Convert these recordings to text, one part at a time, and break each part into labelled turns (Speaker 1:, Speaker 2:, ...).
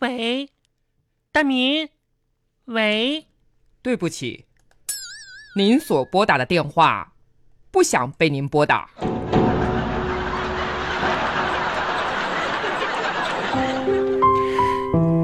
Speaker 1: 喂，大明，喂，
Speaker 2: 对不起，您所拨打的电话不想被您拨打。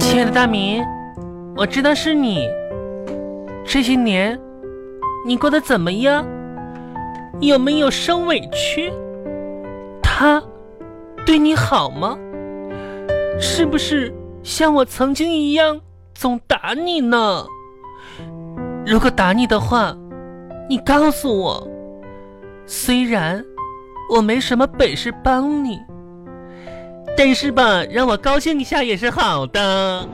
Speaker 1: 亲爱的大明，我知道是你。这些年，你过得怎么样？有没有受委屈？他对你好吗？是不是像我曾经一样总打你呢？如果打你的话，你告诉我。虽然我没什么本事帮你，但是吧，让我高兴一下也是好的。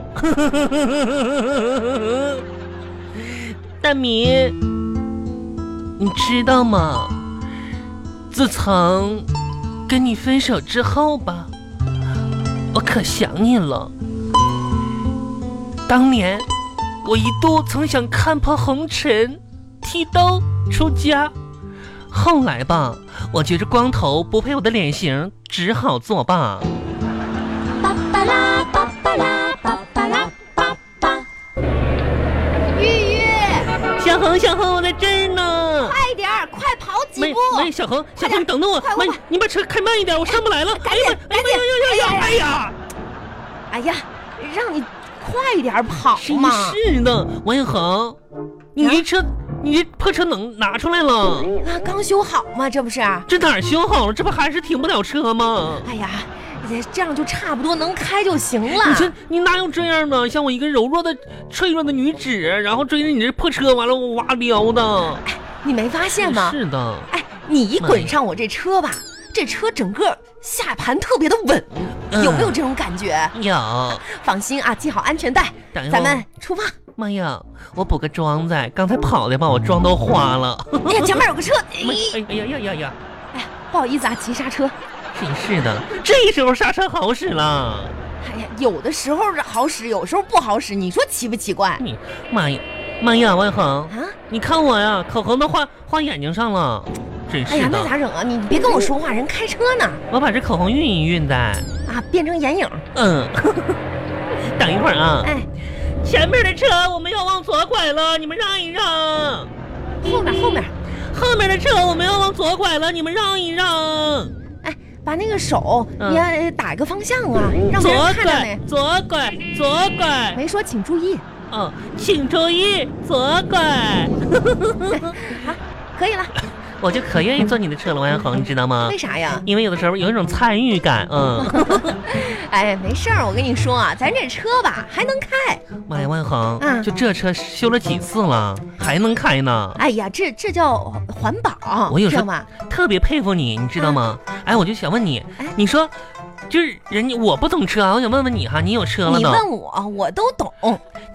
Speaker 1: 大米，你知道吗？自从跟你分手之后吧，我可想你了。当年我一度曾想看破红尘，剃刀出家，后来吧，我觉着光头不配我的脸型，只好作罢。
Speaker 3: 巴巴拉巴巴拉巴巴拉巴巴。玉玉，
Speaker 1: 小红，小红，我在这儿呢。
Speaker 3: 快点儿，快跑
Speaker 1: 喂
Speaker 3: 几步！
Speaker 1: 喂，小红，小红，等等我
Speaker 3: 快！快
Speaker 1: 喂
Speaker 3: 快，
Speaker 1: 你把车开慢一点，我上不来了。
Speaker 3: 赶
Speaker 1: 哎呀
Speaker 3: 紧
Speaker 1: 妈，哎呀呀呀呀！哎呀，
Speaker 3: 哎呀，让你快点儿跑
Speaker 1: 真
Speaker 3: 嘛！
Speaker 1: 是的，王小红，你这车，你这破车能拿出来了？
Speaker 3: 啊，刚修好嘛，这不是？哎
Speaker 1: 这哪儿修好了？这不还是停不了车吗？
Speaker 3: 呀，这这样就差不多能开就行
Speaker 1: 你这
Speaker 3: 了。
Speaker 1: 你哪有这样呢？像我一个柔弱的、脆弱的女子，然后追着你这破车，完了我哇撩的。
Speaker 3: 你没发现吗？
Speaker 1: 是的，
Speaker 3: 哎，你一滚上我这车吧，这车整个下盘特别的稳，
Speaker 1: 嗯
Speaker 3: 有没有这种感觉？
Speaker 1: 有。
Speaker 3: 放心啊，系好安全带
Speaker 1: 等一，会儿
Speaker 3: 咱们出发。
Speaker 1: 妈呀，我补个妆在，刚才跑的把我妆都花了。
Speaker 3: 哎呀，前面有个车，
Speaker 1: 妈
Speaker 3: 哎，
Speaker 1: 哎哎呀呀呀呀！
Speaker 3: 不好意思啊，急刹车。
Speaker 1: 真是的，这时候刹车好使了。
Speaker 3: 哎呀，有的时候好使，有时候不好使，你说奇不奇怪啊？
Speaker 1: 你妈呀，妈呀，万恒，你看我呀，口红都画画眼睛上了，真是
Speaker 3: 哎呀，
Speaker 1: 的。
Speaker 3: 那咋整啊？你你别跟我说话，人开车呢
Speaker 1: 我把这口红熨一熨再，
Speaker 3: 啊，变成眼影。
Speaker 1: 嗯，等一会儿啊。
Speaker 3: 哎，
Speaker 1: 前面的车我们要往左拐了，你们让一让。
Speaker 3: 后面后面，
Speaker 1: 后面的车我们要往左拐了，你们让一让。
Speaker 3: 哎，把那个手
Speaker 1: 嗯
Speaker 3: 你要呃打一个方向啊，让别
Speaker 1: 左
Speaker 3: 人看着
Speaker 1: 拐
Speaker 3: 呢，。
Speaker 1: 左拐，左拐。
Speaker 3: 没说，请注意。
Speaker 1: 哦，请注意，左拐。
Speaker 3: 可以了，
Speaker 1: 我就可愿意坐你的车了，王小红，你知道吗
Speaker 3: 嗯为？啥呀？
Speaker 1: 因为有的时候有一种参与感， 嗯。
Speaker 3: 哎，没事儿，我跟你说啊，咱这车吧还能开。
Speaker 1: 妈呀，万恒，
Speaker 3: 嗯
Speaker 1: 就这车修了几次了，还能开呢？
Speaker 3: 哎呀，这这叫环保，
Speaker 1: 我有
Speaker 3: 知
Speaker 1: 时
Speaker 3: 道
Speaker 1: 候
Speaker 3: 吗？
Speaker 1: 特别佩服你，你知道吗？哎，我就想问你
Speaker 3: 嗯哎，
Speaker 1: 你说，就是人家我不懂车啊，我想问问你哈，你有车了
Speaker 3: 你
Speaker 1: 呢？
Speaker 3: 问我，我都懂。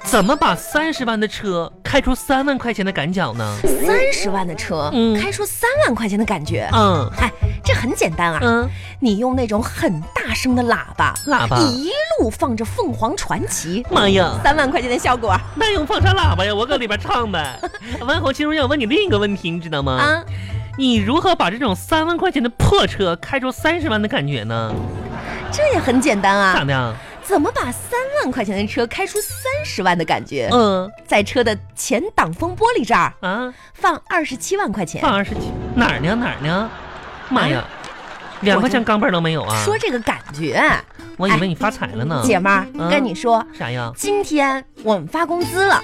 Speaker 1: 怎么把三十万的车开出三万块钱的赶脚 呢？
Speaker 3: 三十万的车、
Speaker 1: 嗯
Speaker 3: 开出三万块钱的感觉，
Speaker 1: 嗯
Speaker 3: 哎，这很简单啊。
Speaker 1: 嗯，
Speaker 3: 你用那种很大声的喇叭，
Speaker 1: 喇叭
Speaker 3: 一路放着凤凰传奇，
Speaker 1: 妈呀，
Speaker 3: 三万块钱的效果
Speaker 1: 那用放啥喇叭呀？我搁里边唱 呗。万红，其实我想问你另一个问题，你知道吗？
Speaker 3: 啊！
Speaker 1: 你如何把这种三万块钱的破车开出三十万的感觉呢？
Speaker 3: 这也很简单
Speaker 1: 咋
Speaker 3: 啊。
Speaker 1: 的？
Speaker 3: 怎么把三万块钱的车开出三十万的感觉？
Speaker 1: 嗯
Speaker 3: 在车的前挡风玻璃这儿
Speaker 1: 啊，
Speaker 3: 放二十七万块钱。
Speaker 1: 放二十七，哪儿呢？哪儿呢？妈呀，两块钱钢镚儿都没有啊！
Speaker 3: 说这个感觉，啊
Speaker 1: 我以为你发财了呢。
Speaker 3: 姐们儿，
Speaker 1: 嗯
Speaker 3: 跟你说，
Speaker 1: 啥呀？
Speaker 3: 今天我们发工资了，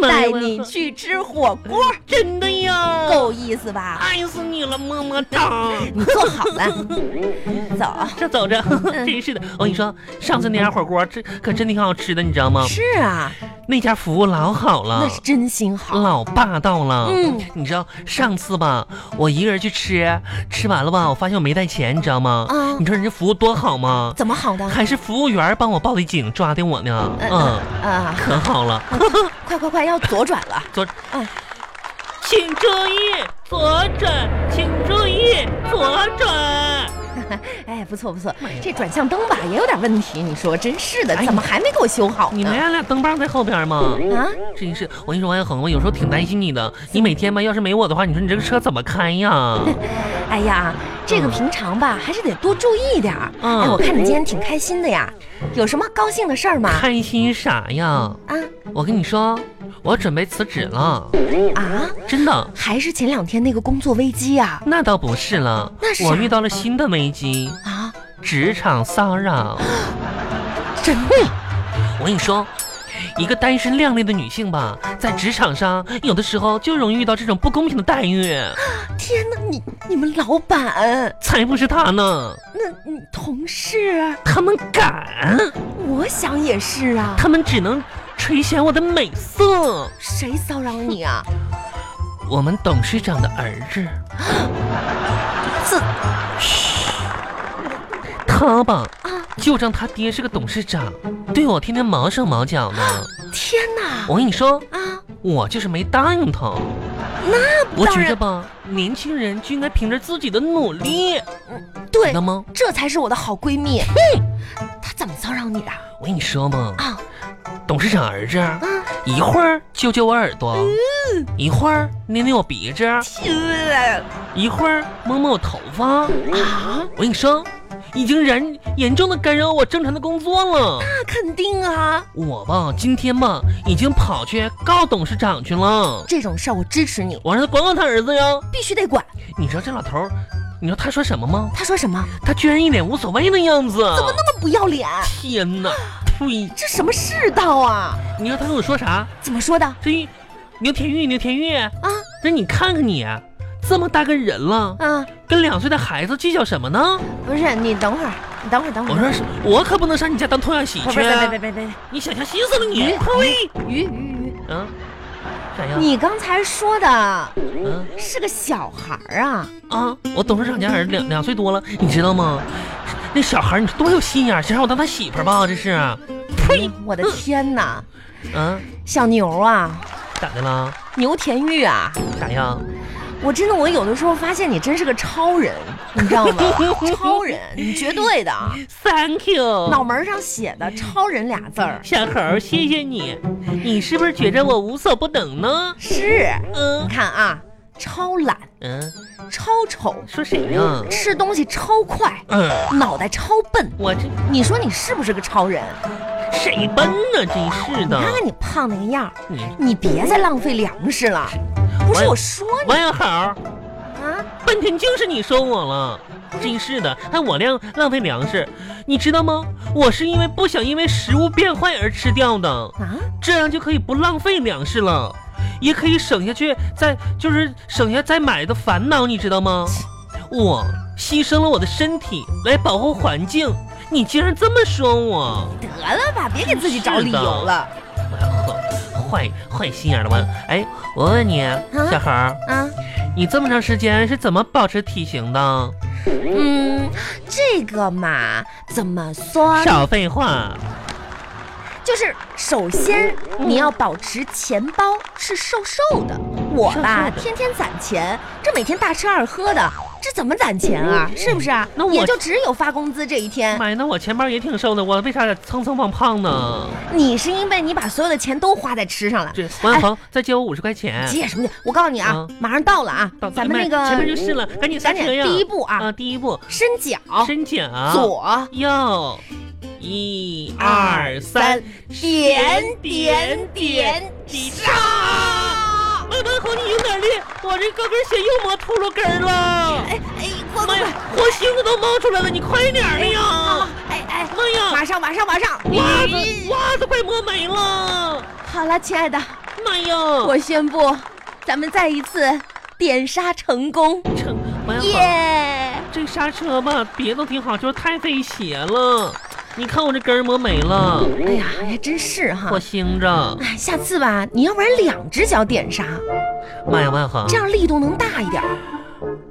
Speaker 1: 妈
Speaker 3: 带
Speaker 1: 呀
Speaker 3: 你，去吃火锅，
Speaker 1: 真的呀？
Speaker 3: 够意思吧？
Speaker 1: 爱死你了，么么哒。
Speaker 3: 你坐好 了，走。
Speaker 1: 这走着，
Speaker 3: 嗯
Speaker 1: 真是的。我跟你说，上次那家火锅，这可真挺好吃的，你知道吗？
Speaker 3: 是啊，
Speaker 1: 那家服务老好了
Speaker 3: 那，是真心好。
Speaker 1: 老霸道了。
Speaker 3: 嗯，
Speaker 1: 你知道上次吧，我一个人去吃，吃完了吧，我发现我没带钱，你知道吗？
Speaker 3: 啊
Speaker 1: 你知道人家服务多好吗？
Speaker 3: 怎么好的？
Speaker 1: 还是服务员帮我报的警，抓的我呢。嗯，
Speaker 3: 啊，
Speaker 1: 可好了。
Speaker 3: 快快快，要左转了！
Speaker 1: 左
Speaker 3: 嗯，
Speaker 1: 请注意，左转，请注意，左转。
Speaker 3: 哎，不错不错，这转向灯吧也有点问题，你说真是的，怎么还没给我修好
Speaker 1: 哎
Speaker 3: 呢？
Speaker 1: 你没俺俩灯棒在后边吗？
Speaker 3: 啊，
Speaker 1: 真是，我跟你说，王小恒，我有时候挺担心你的。你每天吧，要是没我的话，你说你这个车怎么开呀？
Speaker 3: 哎呀，这个平常吧还是得多注意点儿。
Speaker 1: 嗯
Speaker 3: 哎，我看你今天挺开心的呀，有什么高兴的事儿吗？
Speaker 1: 开心啥呀？
Speaker 3: 啊
Speaker 1: 我跟你说，我准备辞职了，
Speaker 3: 啊，
Speaker 1: 真的。
Speaker 3: 还是前两天那个工作危机啊
Speaker 1: 那倒不是了
Speaker 3: 那，是啥
Speaker 1: 我遇到了新的危机，
Speaker 3: 啊，
Speaker 1: 职场骚扰。
Speaker 3: 真的
Speaker 1: 嗯我跟你说，一个单身靓丽的女性吧，在职场上有的时候就容易遇到这种不公平的待遇，
Speaker 3: 天哪，你你们老板呃
Speaker 1: 才不是她呢！
Speaker 3: 那你同事，
Speaker 1: 他们敢，
Speaker 3: 我想也是啊，
Speaker 1: 他们只能垂涎我的美色。
Speaker 3: 谁骚扰你 啊？
Speaker 1: 我们董事长的儿 子，
Speaker 3: 这
Speaker 1: 他吧
Speaker 3: 啊，
Speaker 1: 就仗他爹是个董事长，对我天天毛手毛脚的。
Speaker 3: 天哪
Speaker 1: 我跟你说，
Speaker 3: 啊！
Speaker 1: 我就是没答应他。那我
Speaker 3: 当
Speaker 1: 觉
Speaker 3: 然
Speaker 1: 得吧，年轻人就应该凭着自己的努力，
Speaker 3: 对
Speaker 1: 知道，吗？
Speaker 3: 这才是我的好闺蜜。
Speaker 1: 嗯
Speaker 3: 她怎么骚扰你的啊？
Speaker 1: 我跟你说嘛，董事长儿子
Speaker 3: 嗯
Speaker 1: 一会儿揪揪我耳朵，一会儿捏捏我鼻子，
Speaker 3: 呃
Speaker 1: 一会儿摸摸我头发。
Speaker 3: 啊，
Speaker 1: 我跟你说，已经严严重的干扰我正常的工作了。
Speaker 3: 那肯定啊！
Speaker 1: 我吧，今天吧，已经跑去告董事长去了。
Speaker 3: 这种事儿我支持你，
Speaker 1: 我让他管管他儿子呀！
Speaker 3: 必须得管。
Speaker 1: 你知道这老头儿，你知道他说什么吗？
Speaker 3: 她说什么？
Speaker 1: 他居然一脸无所谓的样子。怎么
Speaker 3: 那么不要脸，
Speaker 1: 天哪！呸！
Speaker 3: 这什么世道啊？
Speaker 1: 你知道他跟我说啥？
Speaker 3: 怎么说的啊？
Speaker 1: 这牛田玉，牛田玉，那你看看你，啊这么大个人了，
Speaker 3: 啊，
Speaker 1: 跟两岁的孩子计较什么呢？
Speaker 3: 不是，你等会儿，你等会儿，等会
Speaker 1: 我
Speaker 3: 儿。
Speaker 1: 说是，我可不能上你家当童养媳
Speaker 3: 不
Speaker 1: 去
Speaker 3: 是，别别
Speaker 1: 啊。
Speaker 3: 别别别！
Speaker 1: 你想象心思了你？哎
Speaker 3: 鱼鱼鱼，
Speaker 1: 嗯，啥呀？
Speaker 3: 你刚才说的
Speaker 1: 嗯
Speaker 3: 是个小孩儿啊？
Speaker 1: 啊，我董事长家儿子两两岁多了，你知道吗？那小孩儿，你说多有心眼儿，想让我当他媳妇儿吧？这是，呸！
Speaker 3: 我的天哪，
Speaker 1: 嗯，
Speaker 3: 小牛啊，
Speaker 1: 咋的了？
Speaker 3: 牛田玉啊！
Speaker 1: 啥呀？
Speaker 3: 我真的，我有的时候发现你真是个超人，你知道吗？超人，你绝对的，
Speaker 1: Thank you，
Speaker 3: 脑门上写的“超人”俩字儿。
Speaker 1: 小猴儿，谢谢你。你是不是觉着我无所不能呢？
Speaker 3: 是，你
Speaker 1: 嗯
Speaker 3: 看啊，超懒，
Speaker 1: 嗯，
Speaker 3: 超丑，
Speaker 1: 说谁呀？
Speaker 3: 吃东西超快，
Speaker 1: 嗯，
Speaker 3: 脑袋超笨。
Speaker 1: 我这
Speaker 3: 你说你是不是个超人？
Speaker 1: 谁笨呢？真是的
Speaker 3: 你。看看你胖那个样儿，
Speaker 1: 你
Speaker 3: 你别再浪费粮食了。不是
Speaker 1: 我
Speaker 3: 我说
Speaker 1: 王小猴儿，
Speaker 3: 你啊，
Speaker 1: 半天就是你说我了，真是的，还我浪浪费粮食，你知道吗？我是因为不想因为食物变坏而吃掉的，
Speaker 3: 啊，
Speaker 1: 这样就可以不浪费粮食了，也可以省下去再就是省下再买的烦恼，你知道吗？我牺牲了我的身体来保护环境，你竟然这么说我，
Speaker 3: 得了吧，别给自己找理由了
Speaker 1: 坏坏心眼儿的吧？哎，我问你，小猴儿，
Speaker 3: 啊。
Speaker 1: 你这么长时间是怎么保持体型的？
Speaker 3: 嗯，这个嘛，怎么说？
Speaker 1: 少废话。
Speaker 3: 就是首先你要保持钱包是瘦瘦的。我吧，
Speaker 1: 瘦瘦的
Speaker 3: 天天攒钱，这每天大吃二喝的，这怎么攒钱啊？是不是啊？
Speaker 1: 嗯那我
Speaker 3: 也就只有发工资这一 天。
Speaker 1: 妈呀，那我钱包也挺瘦的，我为啥蹭蹭胖胖呢？
Speaker 3: 你是因为你把所有的钱都花在吃上了。
Speaker 1: 这王小鹏再借我五十块钱。
Speaker 3: 哎借什么借？我告诉你啊，
Speaker 1: 嗯
Speaker 3: 马上到了啊
Speaker 1: 到，
Speaker 3: 咱们那
Speaker 1: 前面就
Speaker 3: 个
Speaker 1: 是了，赶紧刹
Speaker 3: 赶
Speaker 1: 车
Speaker 3: 紧
Speaker 1: 呀！
Speaker 3: 第一步啊，
Speaker 1: 啊，第一步，
Speaker 3: 伸脚，
Speaker 1: 伸脚，
Speaker 3: 左
Speaker 1: 右，一二三，
Speaker 3: 点点点，
Speaker 1: 上。妈妈，和你有点力，我这高跟鞋又磨秃噜根儿了。
Speaker 3: 哎哎，
Speaker 1: 妈
Speaker 3: 快快
Speaker 1: 呀
Speaker 3: 快！，
Speaker 1: 我星子都冒出来了，你快点儿的呀！
Speaker 3: 哎哎，
Speaker 1: 妈呀，
Speaker 3: 马上马上马上！
Speaker 1: 袜子
Speaker 3: 咦
Speaker 1: 袜子快磨没了！
Speaker 3: 好了，亲爱的，
Speaker 1: 妈呀，
Speaker 3: 我宣布，咱们再一次点刹成功，
Speaker 1: 成，王小鹏。
Speaker 3: 耶！
Speaker 1: 哎这刹车吧，别的挺好，就是太费鞋了。你看我这根儿磨没了，
Speaker 3: 哎呀，还真是哈
Speaker 1: 嗯我。兴着。
Speaker 3: 哎，下次吧，你要不然两只脚点刹，
Speaker 1: 妈呀，万恒
Speaker 3: 这，样力度能大一点儿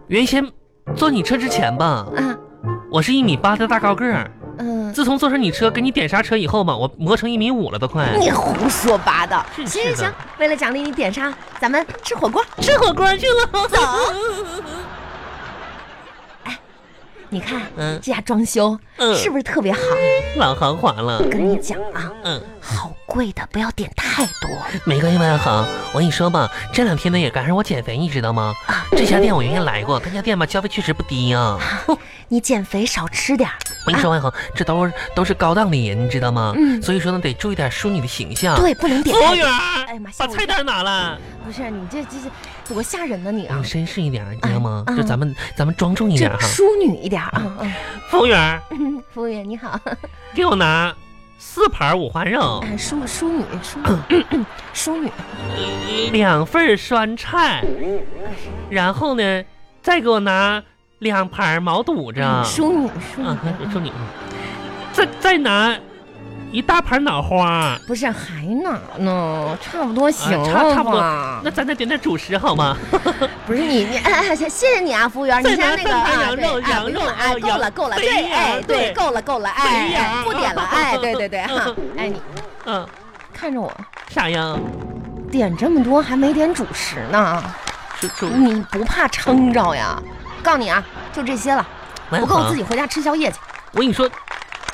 Speaker 1: 原先坐你车之前吧，
Speaker 3: 啊。
Speaker 1: 我是一米八的大高个儿。
Speaker 3: 嗯，
Speaker 1: 自从坐上你车，给你点刹车以后吧，我磨成一米五了都快。
Speaker 3: 你胡说八道。
Speaker 1: 真
Speaker 3: 行
Speaker 1: 是
Speaker 3: 行
Speaker 1: 的
Speaker 3: 行，为了奖励你点刹，咱们吃火锅。
Speaker 1: 吃火锅去了。
Speaker 3: 走。哎，你看
Speaker 1: 嗯
Speaker 3: 这家装修
Speaker 1: 嗯
Speaker 3: 是不是特别好？
Speaker 1: 老豪华了。
Speaker 3: 跟你讲啊，
Speaker 1: 嗯，
Speaker 3: 好贵的不要点太多。
Speaker 1: 没关系，万豪。我跟你说吧，这两天呢也赶上我减肥，你知道吗？
Speaker 3: 啊
Speaker 1: 这家店我原先来过，他家店吧消费确实不低啊呀、
Speaker 3: 你减肥少吃点儿。
Speaker 1: 我跟你说，万豪，这都是都是高档的人，你知道吗？
Speaker 3: 嗯
Speaker 1: 所以说呢，得注意点淑女的形象。，
Speaker 3: 对，不能点
Speaker 1: 服务
Speaker 3: 太
Speaker 1: 员
Speaker 3: 多。
Speaker 1: 儿，
Speaker 3: 哎呀妈吓
Speaker 1: 把
Speaker 3: 我一
Speaker 1: 菜单拿来，
Speaker 3: 不是你这这这多吓人呢你啊
Speaker 1: 你！绅士一点儿，你知道吗？
Speaker 3: 嗯
Speaker 1: 就咱们咱们庄重一点
Speaker 3: 这
Speaker 1: 儿哈。
Speaker 3: 淑女一点儿
Speaker 1: 嗯
Speaker 3: 啊啊！
Speaker 1: 服务员儿，
Speaker 3: 嗯服务员你好，
Speaker 1: 哦给我拿四盘五花肉，
Speaker 3: 啊淑淑女淑女 淑女，
Speaker 1: 两份酸菜，然后呢，再给我拿两盘毛肚子，
Speaker 3: 嗯淑女淑
Speaker 1: 啊，
Speaker 3: 女，
Speaker 1: 祝你，再再拿一大盘脑花，
Speaker 3: 不是还哪呢？差不多行
Speaker 1: 啊差差
Speaker 3: 了
Speaker 1: 不多
Speaker 3: 吧？
Speaker 1: 那咱再点点主食好吗？
Speaker 3: 不是 你你哎，哎谢谢你啊，服务员，
Speaker 1: 再
Speaker 3: 你家
Speaker 1: 拿
Speaker 3: 那个
Speaker 1: 三盘
Speaker 3: 啊，
Speaker 1: 羊
Speaker 3: 对，
Speaker 1: 肉
Speaker 3: 哎
Speaker 1: 羊
Speaker 3: 不
Speaker 1: 肉
Speaker 3: 用了哎，
Speaker 1: 啊
Speaker 3: 够
Speaker 1: 羊
Speaker 3: 了够了，
Speaker 1: 肥
Speaker 3: 对，哎
Speaker 1: 羊
Speaker 3: 对，
Speaker 1: 对
Speaker 3: 够了够了，哎
Speaker 1: 肥
Speaker 3: 哎
Speaker 1: 羊，
Speaker 3: 不点了，哎，对对对，哈，哎你
Speaker 1: 嗯，
Speaker 3: 看着我，
Speaker 1: 啥呀？
Speaker 3: 点这么多还没点主食呢，
Speaker 1: 主主
Speaker 3: 你不怕撑着呀？告诉你啊，就这些了，
Speaker 1: 蛮
Speaker 3: 不够
Speaker 1: 好
Speaker 3: 自己回家吃宵夜去。
Speaker 1: 我跟你说，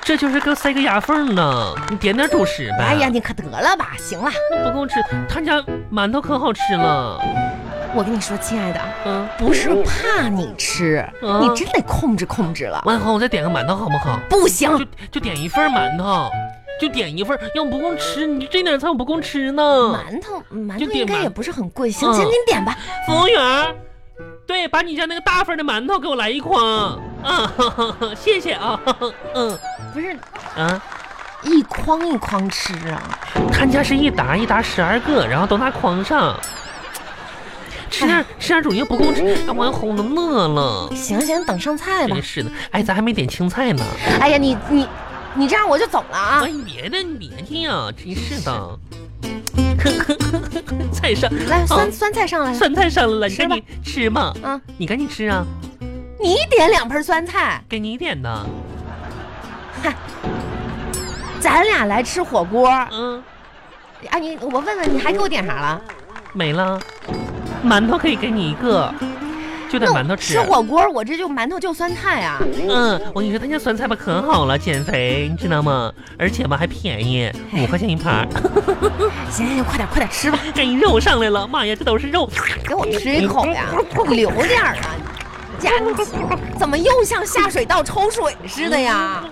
Speaker 1: 这就是个塞个牙缝呢，你点点主食呗。
Speaker 3: 哎呀，你可得了吧，行了，
Speaker 1: 不够吃，他家馒头可好吃了。
Speaker 3: 我跟你说，亲爱的啊，
Speaker 1: 嗯，
Speaker 3: 不是怕你吃，
Speaker 1: 嗯
Speaker 3: 你真得控制控制了，
Speaker 1: 万豪，我再点个馒头好不好？
Speaker 3: 不行，
Speaker 1: 就就点一份馒头，就点一份，要不够吃，你这点菜我不够吃呢。
Speaker 3: 馒头
Speaker 1: 嗯
Speaker 3: 馒
Speaker 1: 就
Speaker 3: 头
Speaker 1: 点
Speaker 3: 应该
Speaker 1: 馒
Speaker 3: 也不是很贵，行
Speaker 1: 嗯
Speaker 3: 行，您点吧。
Speaker 1: 服务员儿，对，把你家那个大份的馒头给我来一筐。啊，呵呵呵 谢谢啊。呵呵嗯
Speaker 3: 不是
Speaker 1: 啊，
Speaker 3: 一筐一筐吃啊，
Speaker 1: 他家是一沓一沓十二个，然后都拿筐上。吃点吃点主又不够吃，哎，王红都饿了。
Speaker 3: 行行，等上菜吧
Speaker 1: 真。是的，哎，咱还没点青菜呢。
Speaker 3: 哎呀，你你你这样我就走了啊
Speaker 1: 哎，。你别的，你别这样，真是的。 菜上
Speaker 3: 来，酸
Speaker 1: 哦
Speaker 3: 酸菜上来了
Speaker 1: 酸菜上来了，你
Speaker 3: 吃
Speaker 1: 赶
Speaker 3: 吧
Speaker 1: 紧吃吧，
Speaker 3: 啊，
Speaker 1: 你赶紧吃啊，
Speaker 3: 你点两盆酸菜，
Speaker 1: 给你点的。
Speaker 3: 啊咱俩来吃火锅。
Speaker 1: 嗯，
Speaker 3: 哎，你我问问你还给我点啥了？
Speaker 1: 没了，馒头可以给你一个，就点
Speaker 3: 那我
Speaker 1: 馒头吃。
Speaker 3: 火锅，我这就馒头就酸菜啊。
Speaker 1: 嗯，我跟你说，他家酸菜吧可好了，减肥，你知道吗？而且吧还便宜，五块钱一盘儿。
Speaker 3: 行行行，快点快点吃吧，
Speaker 1: 哎，肉上来了，妈呀，这都是肉。
Speaker 3: 给我吃一口呀，留点儿啊。家你怎么又像下水道抽水似的呀？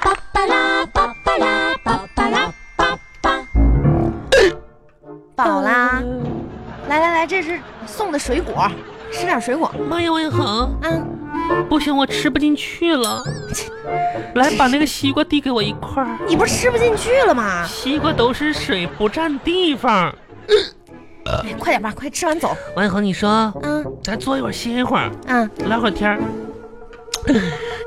Speaker 4: 巴巴拉巴巴拉巴巴拉巴巴。
Speaker 3: 饱啦，来来来，这是送的水果，吃点水果。
Speaker 1: 妈呀，万恒，
Speaker 3: 嗯，
Speaker 1: 不行，我吃不进去了。来，把那个西瓜递给我一块儿。
Speaker 3: 你不是吃不进去了吗？
Speaker 1: 西瓜都是水，不占地方。
Speaker 3: 哎，快点吧，快吃完走。
Speaker 1: 万恒，你说
Speaker 3: 嗯
Speaker 1: 咱坐一会儿歇一会儿，
Speaker 3: 嗯
Speaker 1: 聊会儿天儿。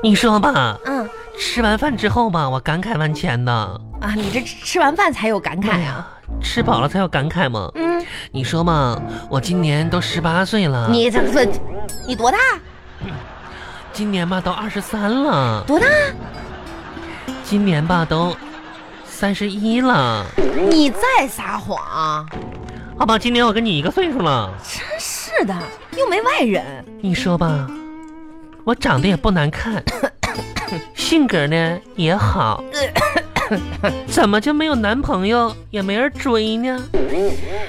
Speaker 1: 你说吧，
Speaker 3: 嗯
Speaker 1: 吃完饭之后吧，我感慨万千的。
Speaker 3: 啊，你这吃完饭才有感慨哎呀、
Speaker 1: 吃饱了才有感慨嘛。
Speaker 3: 嗯，
Speaker 1: 你说嘛，我今年都十八岁了，
Speaker 3: 你这这你多大？
Speaker 1: 今年吧都二十三了，
Speaker 3: 多大？
Speaker 1: 今年吧都三十一了，
Speaker 3: 你再撒谎，
Speaker 1: 好吧，今年我跟你一个岁数了。
Speaker 3: 真是的，又没外人。
Speaker 1: 你说吧，我长得也不难看，性格呢也好，怎么就没有男朋友，也没人追呢？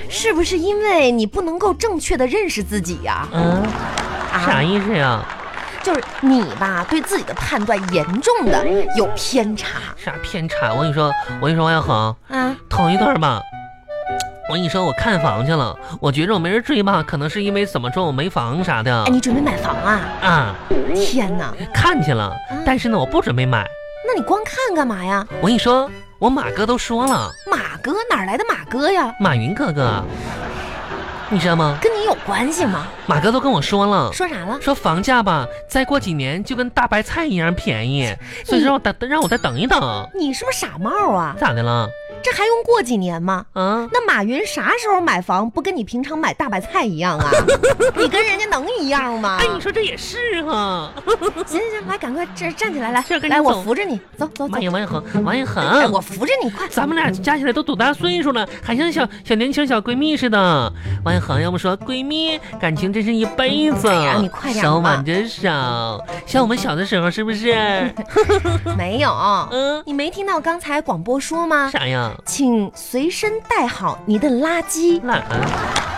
Speaker 3: 是不是因为你不能够正确的认识自己呀、啊
Speaker 1: 嗯，啥意思呀、
Speaker 3: 就是你吧，对自己的判断严重的有偏差
Speaker 1: 啥偏差？我跟你说，我跟你说，王小恒，
Speaker 3: 啊。
Speaker 1: 头一段吧，我跟你说，我看房去了，我觉着我没人追吧，可能是因为怎么说我没房啥的
Speaker 3: 哎，你准备买房啊？
Speaker 1: 啊，
Speaker 3: 天哪，
Speaker 1: 看去了，
Speaker 3: 嗯
Speaker 1: 但是呢，我不准备买。
Speaker 3: 那你光看干嘛呀？
Speaker 1: 我跟你说，我马哥都说了，
Speaker 3: 马哥哪来的马哥呀？
Speaker 1: 马云哥哥，你知道吗？
Speaker 3: 跟你有关系吗？
Speaker 1: 马哥都跟我说了。
Speaker 3: 说啥了？
Speaker 1: 说房价吧，再过几年就跟大白菜一样便宜，所以
Speaker 3: 你
Speaker 1: 说让我等，让我再等一等，
Speaker 3: 你是不是傻帽啊？
Speaker 1: 咋的了？
Speaker 3: 这还用过几年吗？
Speaker 1: 啊，
Speaker 3: 那马云啥时候买房不跟你平常买大白菜 一样啊？你跟人家能一样吗？
Speaker 1: 哎，你说这也是哈，
Speaker 3: 行行行，来，赶快站站起来，来
Speaker 1: 这跟你
Speaker 3: 来，我
Speaker 1: 走
Speaker 3: 扶着你，走走走
Speaker 1: 王，一王一恒，王一
Speaker 3: 哎，
Speaker 1: 恒，
Speaker 3: 我扶着你，快。
Speaker 1: 嗯咱们俩加起来都多大岁数了，还像小小年轻小闺蜜似的。王一恒，要不说闺蜜感情真是一辈子，
Speaker 3: 哎呀你快点吧
Speaker 1: 手挽着手，像我们小的时候是不 是？
Speaker 3: 没有，
Speaker 1: 嗯，
Speaker 3: 你没听到刚才广播说吗？
Speaker 1: 啥呀？
Speaker 3: 请随身带好你的垃圾。
Speaker 1: 哪儿啊？